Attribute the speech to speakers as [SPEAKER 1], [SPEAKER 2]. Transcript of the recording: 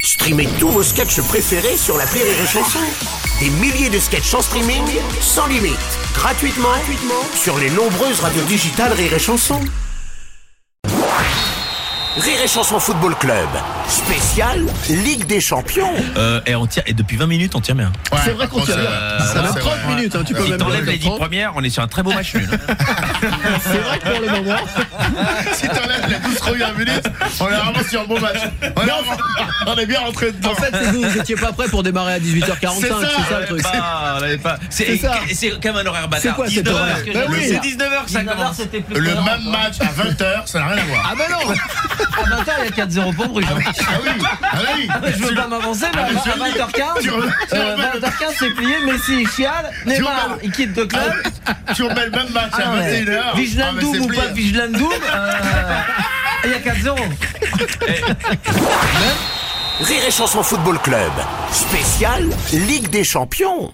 [SPEAKER 1] Streamez tous vos sketchs préférés sur la Rire et Chanson. Des milliers de sketchs en streaming, sans limite, gratuitement, gratuitement sur les nombreuses radios digitales Rire et Chanson. Rire et Chanson Football Club, spécial Ligue des Champions.
[SPEAKER 2] Euh, et, on tient, et depuis 20 minutes, on tient bien.
[SPEAKER 3] c'est vrai qu'on tient bien. Ça
[SPEAKER 2] voilà.
[SPEAKER 3] fait 30 minutes, hein, tu peux
[SPEAKER 2] Si
[SPEAKER 3] même
[SPEAKER 2] t'enlèves
[SPEAKER 3] dire
[SPEAKER 2] les 10
[SPEAKER 3] 30.
[SPEAKER 2] premières, on est sur un très beau match nul.
[SPEAKER 3] C'est vrai que pour le moment.
[SPEAKER 4] Si t'enlèves les 12 premières minutes, on est vraiment sur un bon match. On est, on est bien rentré dedans.
[SPEAKER 3] En fait, c'est que vous, vous étiez pas prêt pour démarrer à 18h45, c'est
[SPEAKER 4] C'est ça, Bah,
[SPEAKER 3] ça le
[SPEAKER 2] On
[SPEAKER 3] truc.
[SPEAKER 2] l'avait pas, Ah, on l'avait pas.
[SPEAKER 3] C'est
[SPEAKER 2] C'est
[SPEAKER 3] ça.
[SPEAKER 2] c'est quand même un horaire
[SPEAKER 3] C'est
[SPEAKER 2] bâtard.
[SPEAKER 3] quoi cet
[SPEAKER 2] 19 heures
[SPEAKER 3] horaire
[SPEAKER 2] que
[SPEAKER 3] Ben
[SPEAKER 2] j'aime.
[SPEAKER 3] oui.
[SPEAKER 2] C'est 19h que ça commence.
[SPEAKER 4] le même match à 20h, ça n'a rien à voir.
[SPEAKER 3] Ah bah non
[SPEAKER 5] À 20h, Ah, il y a 4-0 pour Bruges. hein.
[SPEAKER 4] Ah oui, ah oui.
[SPEAKER 5] Je veux pas m'avancer, mais à
[SPEAKER 4] mais je le dis.
[SPEAKER 5] 20h15,
[SPEAKER 4] Tu remets- tu
[SPEAKER 5] euh,
[SPEAKER 4] remets le- Ah,
[SPEAKER 5] 20h15, c'est plié. Messi, il chiale. Neymar,
[SPEAKER 4] remets le-
[SPEAKER 5] il quitte le club.
[SPEAKER 4] Ah, Tu remets le même match à
[SPEAKER 5] Ah ouais.
[SPEAKER 4] 21h.
[SPEAKER 5] Vigilandoum ou pas Vigilandoum, euh, il y a 4-0.
[SPEAKER 1] Rire et Chanson Football Club, spécial Ligue des Champions.